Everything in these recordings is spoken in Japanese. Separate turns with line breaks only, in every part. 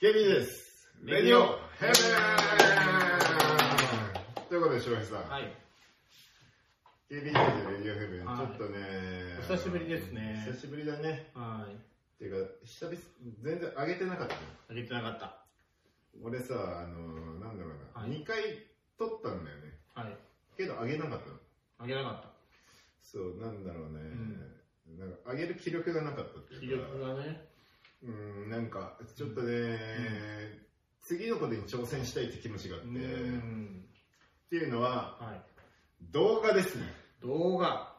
ケビーです。レディオヘブンということで、翔平さん、
はい。
ケビーでレディオヘブン、
はい
ちょっとね、
お久しぶりですね
久しぶりだね。
はい。
っていうか、久々、全然上げてなかったの。
あげてなかった。
俺さ、あのー、なんだろうな、
はい
2回撮ったんだよね。
はい。
けど上げなかったの。
あげなかっ
そう、なんだろうね。なんか上げる気力がなかったって
た。気
いうか、
力がね。
うん、なんか、ちょっとね、次のことに挑戦したいって気持ちがあっ
う
て、
ん。
っていうのは、
はい。
動画ですね。
動画、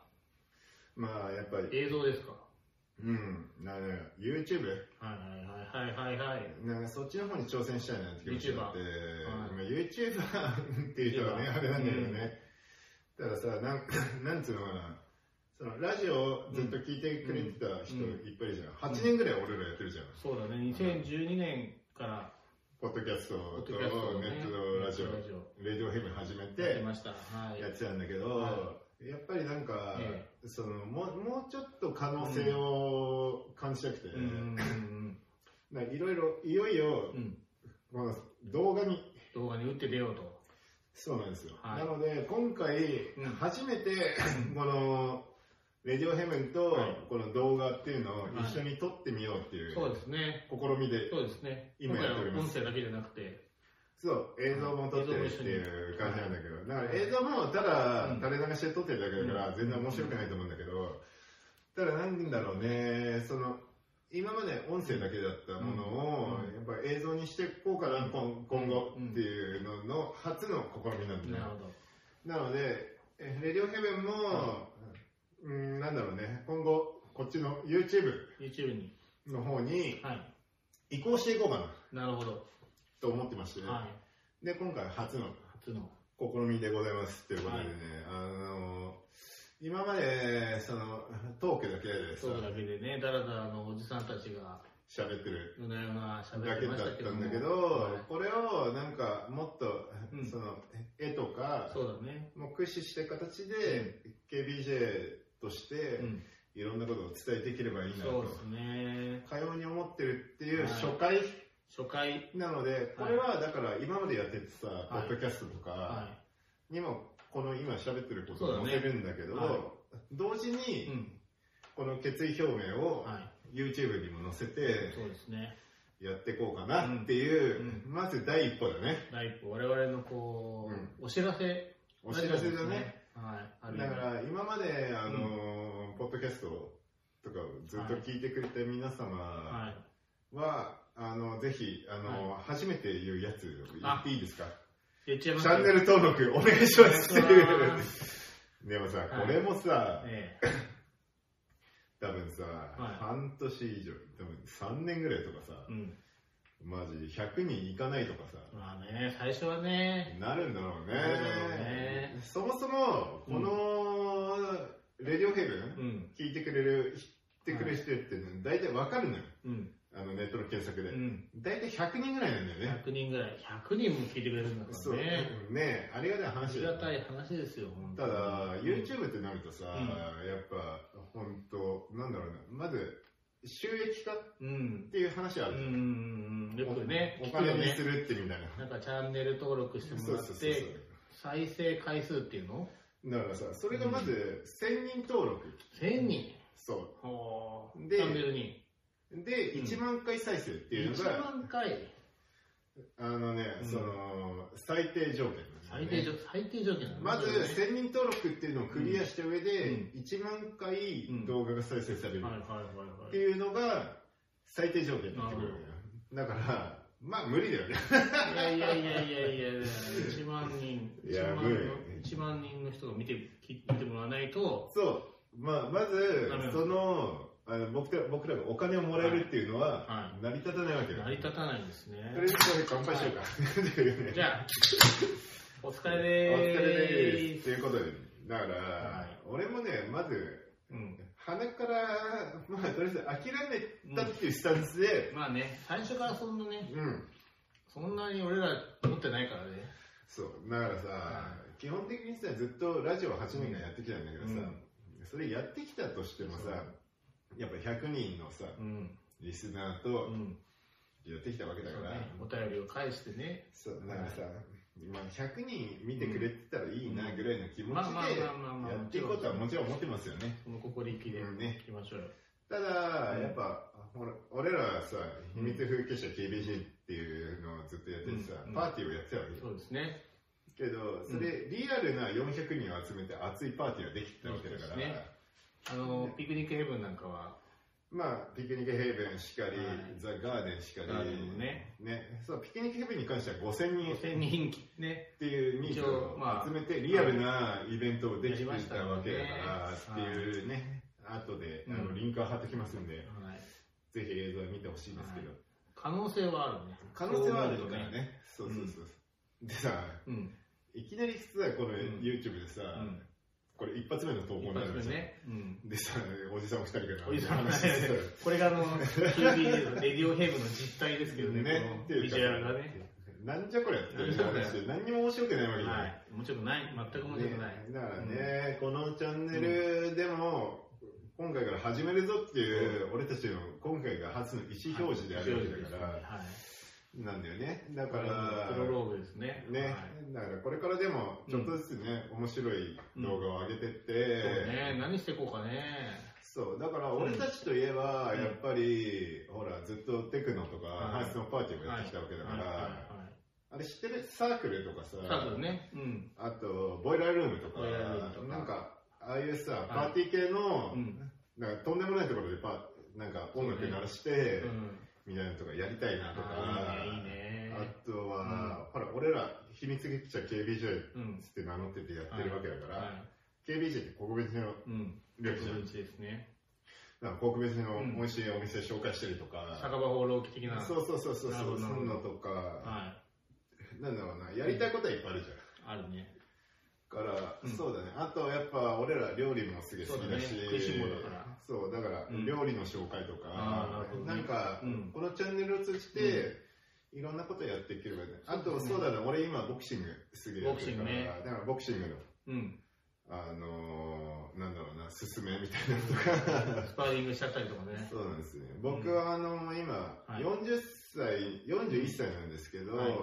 まあ、やっぱり、
映像ですか。
うん、なんか YouTube?
はいはいはいはいはいはい。
なんかそっちの方に挑戦したいなって気持ちがあって、まあ YouTuber っていう人はね、
YouTuber
あれなんだけどね。たださ、なんかなん つうのかな、そのラジオをずっと聞いてくれてた人
うん
いっぱいいるじゃん。8年ぐらい俺らやってるじゃん。
そうだね。2012年から、
ポッドキャスト
ポッ
と
ドキャストを
ネ
ね
ットのラジ
ネットラジ
オ、レディオヘブン始め
やって
て、
ました。はい。
やってたんだけど、
は
やっぱりなんか、
え
そのもうもうちょっと可能性を感じたくて、
うんうん
なんかいろいろいよいよ
うん。うん。
この動画に
動画に打って出ようと。
そうなんですよ、
はい
なので今回
うん
初めて、 このレディオヘブンと
はい
この動画っていうのを
はい
一緒に撮ってみようっていう
そうですね。
試みで
そうですね。
今やっております
今回は音声だけじゃなくて、
そう映像も撮ってるっていう感じなんだけど、だから映像もた
う
だ
ん
垂れ流して撮ってるだけだから
うん
全然面白くないと思うんだけど、ただなんだろうねその今まで音声だけだったものを、
うん
やっぱり映像にしていこうかな、今今後
うん
っていうのの初の試みなんだよ
なるほど。
なので、えレディオヘブンも、うん、なんだろうね、今後、こっちの YouTube
YouTube に。
の方に
はい。
移行していこうかな
なるほど。
と思ってまして、
はい。
で、今回初の
初の。
試みでございますということでね、あの、今まで、その、トークだけでさ
そ、うだけでね、だらだらのおじさんたちが、
喋ってる
うなうな喋
だ
っ
け
て
だ
ま
っ
したけ
た
ど
ん
も
だけど、
は
これをなんか、もっと
うん、
その、絵と
い
か、
そうだね。
もう駆使した形で、KBJ として、
うん
いろんなことを伝えていければいいな
そう
と
ですね。
かように思ってるっていう
はい
初回
初回、
なので、これはだから今までやってたさ、ポッドキャストと
は
かにも、この今喋ってることを
そう
載
だ
せ
ね
るんだけど、
はい
同時
い。
に
うん。
この決意表明を
は
YouTube にも載せ
い。
て
そうですね。
やっていこうかなっていう、まず第一歩だね。
第一歩、我々のこう、お知らせ。
お知らせだね。。
はい。ある意
だ
味
か、ら今まで、あのーポッドキャストとかをずっと聞いてくれた皆様、
はい。
は、あの、ぜひ、あの、初めて言うやつ言っていいですか
言っちゃい
チ
ます
ャンネ
ル。
ル登録お願いしますっていう
お願いしま。
でもさ、
は
こ
い
れもさ、
え
多分さ、半年以上、多分3年ぐらいとかさ
え。う、ん。
マジ100人いかないとかさ、
まあね、最初はね、
なるんだろう
なるだろう
ね
ね。
そもそも、この、レディオヘブ
う
ン
ん。
聞いてくれる、知ってくれる人ってね、大体わかるのよ。
うん。
あの、ネットの検索
う
で。
ん。
大体100人ぐらいなんだよね。
100人ぐらい。100人も聞いてくれるんだか
そう
ら
ね
ね。
ねありがたい
あ
話
り
だ
が
よ
たい話ですよ、本当
た
に
だ、
うん
YouTube ってなるとさ、
うん
やっぱ、本当なんだろうな、まず、収益化っ
うん。
ていう話あ
う
るじゃん
ん。よくね、
おお
聞く
金
よ
に
ね
す。るってみたいな。
なんかチャンネル登録してもらって、再生回数っていうの
だからさ、それがまず、1000人登録。
?1000 人。
そ
ほー
で
チャンネルに。
う。で、
うん
1万回再生っていうの
1
が、
万回。
あのね、
うん
その、最低条件なん
最
だ
低
よね、
条最低条件なの
まず、
そうだね
1000人登録っていうのをクリアした上で、
う
1万回
うん
動画が再生される。
はいはい
っ
は
て
い
いうのが最低条件になってくるわけだよだから、まあ無理だよね。
はい。いやいやいやいやい や、1万人、
いや
1万
無
人
理
の1万人の人が見て聞見てもらわないと、
そう。まあ、まず
ダメな、の
その、あの僕ら僕らがお金をもらえるっていうのは、
は
成り立たないわけだよ。
成り立たないんですね
と。りあえずこれ乾杯しようか。という ね
じゃあ、お疲れ
お疲
で
れ
ー。
ですす。ということで、だから、
はい
俺もね、まず、
うん
鼻から、まあ、とりあえず諦めたっていうスタンスで、
まあね、最初からそんなね、
うん、
そんなに俺ら持ってないからね。
そう。だからさ、
は
基本的にさ、ずっとラジオ8年間やってきたんだけどさ、それやってきたとしてもさ、やっぱ100人のさ、
うん。
リスナー
う
と、
ん。
やってきたわけだから、
お便りを返してね。
そう、だからさ、まあ100人見てくれてたらいいなぐらいの気持ち
まあまあま
で、
あまあまあ、
やっていこうとはもちろん思ってますよね。
その心意気でいきましょうよ。
ただ、
うん
やっぱ、ほら俺らはさ、秘密風景者 KBG っていうのをずっとやっててさ、
うん
パーティーをやってたわけよ
そうですね。
けど、それ、リアルな400人を集めて熱いパーティーができてたわけだから、
そうですねあの、ピクニックヘブンなんかは、
まあ、ピクニックヘイブンしかり、
はい
ザ・ガーデンしかり、
ガーデンもね
そう、ピクニックヘイブンに関しては5000人っ
5000人ね、
ていう人数
一応
を
まあ
集めて、リアルなイベントをできて
やりました
たわけだから、
ね
っていうね、後で、あ
う
の、
ん
リンクを貼ってきますんで、
はい、
ぜひ映像を見てほしいですけど、
は可能性はあるね。
可能性はあるから
そうなと。
ね。そう
う
そ
な
う
るとね
そう。でさ、
うん。
いきなり普通はこの
ん
YouTube でさ、
うん
これ一発目の投稿
一
にな
発
る
目
じゃん。
ね。うん。
でさ、おじさんお二人から
おじさん
話してたら
これがあの、QB のレディオヘブンの実態ですけどね、
ね
このビジュアルがね。
なんじゃこれっていう話で何にも面白くないわけじゃ
は
ない。
い。もちろんない。全く面白くない。
ねだからね、このチャンネルでも、今回から始めるぞっていう、俺たちの今回が初の意思表示であるわけだから、
はい。
なんだよね。だ
こ
か
れ
ら、
がプロローグですね。
ね、
はい
だからこれからでもちょっとずつね、面白い動画を上げてって、
そうね、何していこうかね。
そうだから俺たちといえば、
うん
やっぱりほらずっとテクノとか、
はい
ハウスのパーティーをやってきたわけだから、
はいはい
あれ知ってるサークルとかさ
はいはい。多分ね、うん。
あとボイラールームとか
ボイラールームとか
なんかああいうさパーティー系の、
うん。
なんかとんでもないところでパーなんか音楽鳴らして、
うん。
みたいなのとかやりたいなとか
あーいいね、いいね。
あとは、ほら俺ら秘密結社 KBJ
うん
つ。って名乗っててやってるわけだから、
は
KBJ って国別の
い。うん。
料理じゃん
う。ちですね。
なんか国別の
うん
美味しいお店紹介したりと
酒
か、
場放浪記的な。
そうそうそうそう、
な
そ
るほど
うそんなのとか、
は
なんだろうな、やりたいことはいっぱいあるじゃん。
い。あるね。
から、
うん
そうだね。あとやっぱ俺ら料理もすげえ好きだし、
そうだね食いしん坊だから
そう、だから
うん
料理の紹介と
あーな
かなんか
るほど、ねうん、
このチャンネルを通じて、いろんなことやっていければね。あと、
そ
そうう
だ
だね、俺今ボクシングすげえやってるか
ボクシングね
ら、だからボクシングの、
うん。
あのー、なんだろうな、勧めみたいなのとか。
スパーリングしちゃったりとかね。
そうなんですね。僕はあの、今、
はい
40歳、41歳なんですけど、
はい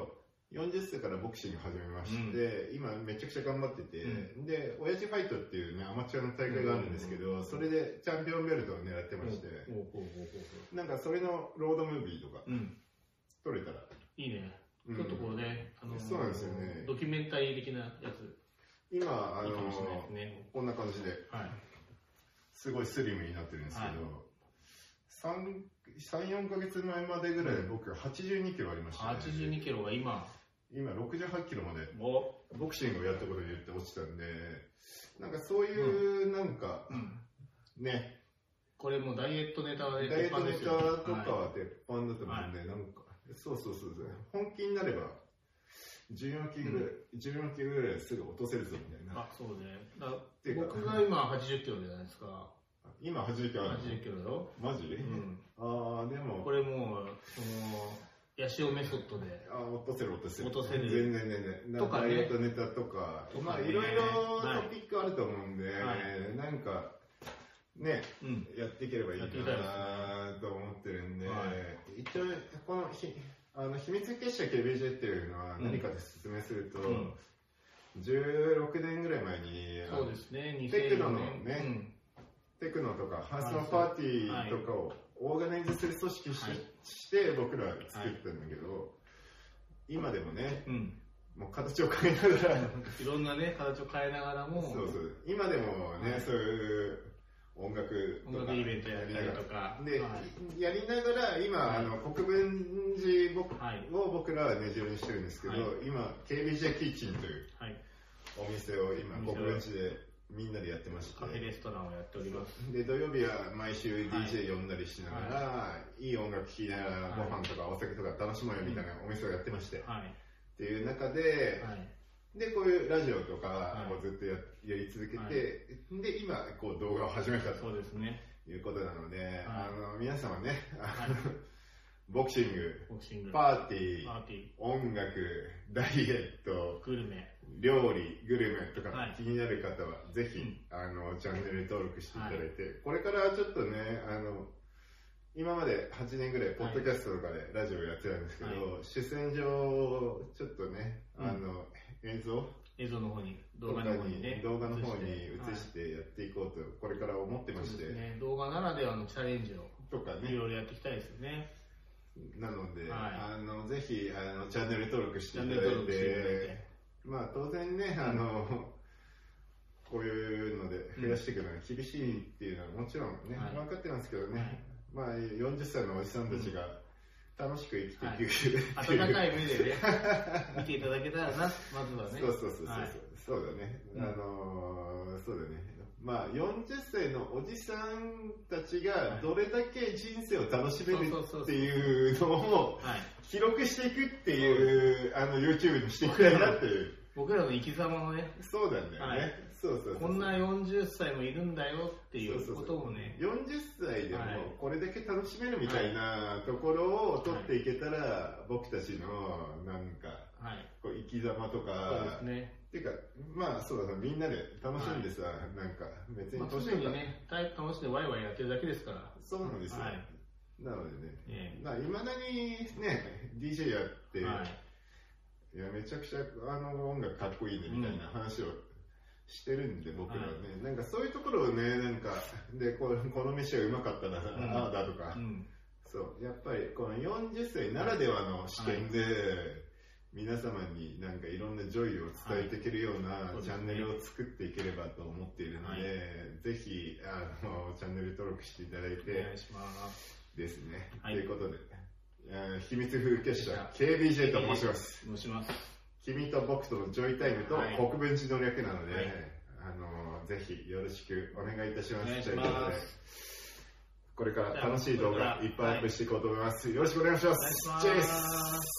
40歳からボクシング始めまして、今めちゃくちゃ頑張ってて、で、親父ファイトっていうね、アマチュアの大会があるんですけど、
うんうんうん
それでチャンピオンベルトを狙って
お
ま
う
して、
おうおうおうおう
なんかそれのロードムービーとか
うん。
撮れたら、
いいね。
うん
ちょっとこうね、あの、
そうなんですよね
ドキュメンタリー的なやつ、
今、あ
いい
の
かもしれないですね。
こんな感じで、
はい。
すごいスリムになってるんですけど、
はい
三3、4ヶ月前までぐらい僕82キロありました、ね。
82キロが今、
今68キロまで
お
ボクシングをやったことによって落ちたんで、なんかそういう、なんか、
うん。
ね、
これもうダイエットネタは
ダ
ね、
イエットネタとか
は
は鉄板だと思うんで、なんか、そうそうそうそう、本気になれば、14キロぐらい、14キロぐらいすぐ落とせるぞみたいな。
あ、そうね。だ
ていうか
僕が今80キロじゃないですか。
今80キロある
80キロだろ。
マジ、
うん。
ああで
こ
も、
れもう、その、ヤシオメソッドで。
あー落とせる落とせる。
落とせる
全然全然。なん
とか
ダ
ね
イエットネタとか、
とかね
まあいろいろ
はい
トピックあると思うんで、
は
なんか、ね、
うん。
やっていければいいかなと思ってるんで、
は
一応、このひあの秘密結社 KBJ っていうのは
うん
何かで説明すると、
うん
16年ぐらい前に、あの
そうですね、2004年。
テクノのねテクノとかハウスのパーティーとかをオーガナイズする組織し,、
はい
して僕ら作ったんだけど、今でもね、
うん。うん。
もう形を変えながら、
いろんなね、形を変えながらも、
そうそう、今でもね、
はい
そういう音楽と
音
か
楽イベントやったりとか。
で、
はい
やりながら、今、
はい
あの国分寺僕
はい
を僕らは根城にしてるんですけど、
はい
今、KBJ キッチンという
はい。
お店を今、
お店を
国分寺でみんなでやってまして
カフ、ェレストランをやっております。
で土曜日は毎週
はい
DJ 呼んだりしながら、い、い音楽聴きながら、
はい
ご飯とかお酒とか楽しもうよみたいなお店をやってまして、っ
はい。
ていう中で、
はい。
で、こういうラジオとかをずっとや,、り続けて、
はい
で、今、こう動画を始めたと。
そうですね。
いうことなので、あの皆様ね、あのボクシング、
ボクシング。
パー
パ
ティー、
ーティー。
音楽、ダイエット、
グルメ。
料理、グルメと
は
か
い
気になる方は、ぜひ、
うん
あのチャンネル登録していただいて、これからちょっとね、あの今まで8年ぐらい、ポッドキャストとかでラジオやってたんですけど、主戦場をちょっとね、あの、映像
映像の方に、動
と
画
か
の方にね
に、。動画の方に移
はい
してやっていこうと、これから思ってま
そう
して
です、ね。動画ならではのチャレンジを
とか
い
ね、
ろいろやっていきたいですよね。
なので、
はい
あの、ぜひ、あの、チャンネル登録し
チ
て
ャ
い
ン
た
ネ
だ
ル登
い
録していただい
て
て、。
まあ、当然ね、あの、こういうので増やしていくのは厳しいっていうのはもちろんね、
はい
分かってますけどね、
はい
まあ、40歳のおじさんたちが楽しく生きていく、っていう
温かい 目でね、見ていただけたらな、まずはね。
そうそうそうそう、
はい
そうだね、
うん
あのーそうだねまあ40歳のおじさんたちがどれだけ人生を楽しめる
そうそうそうそう
っていうのを
はい。
記録していくっていう、あの YouTube にしていきたいなっていう
僕らの生き様のね、
そうなんだよね、
はい
そうそうそう
こんな40歳もいるんだよってい
そうそう
う
そ
こ
う
とをね、
40歳でも
はい
これだけ楽しめるみたいなところを取っていけたら、僕たちのなんか
はい。
こう生き様と
そう
か
ですね。
っていうか、まあそうだな、みんなで楽しんでさ、なんか別に
まあ、常
年が、
にね、タイプ楽しんでワイワイやってるだけですから。
そうなんですよ。
はい
なのでね、
え
まあ、未だにね、DJ やって、
えはい
い、や、めちゃくちゃあの音楽かっこいいねみたいな話をしてるんで、僕らはね、なんかそういうところをね、なんか、で、こうこの飯はうまかったな、
ん
ああだとか、
うん。
そう、やっぱりこの40歳ならではの視点で、皆様になんかいろんなジョイを伝えていけるよう
はい
な
そうです
チ
ね
ャンネルを作っていければと思っているので、ぜひあのチャンネル登録していただい
お願い
て
します。
ですね。
はい
ということで、えー秘密風結社
じゃあ
KBJ と申します。
申します。
君と僕とのジョイタイムと
はい
国分寺の略なので、
はい
あのぜひよろしくお願いいたしま
お願
す。
いし
ということ
ま。
ですこれから楽しい動
じゃ
画
あ
いっぱいアップしていこうと思います。よろしくお願いしま
お願いし
す。
ま
チェイス
す。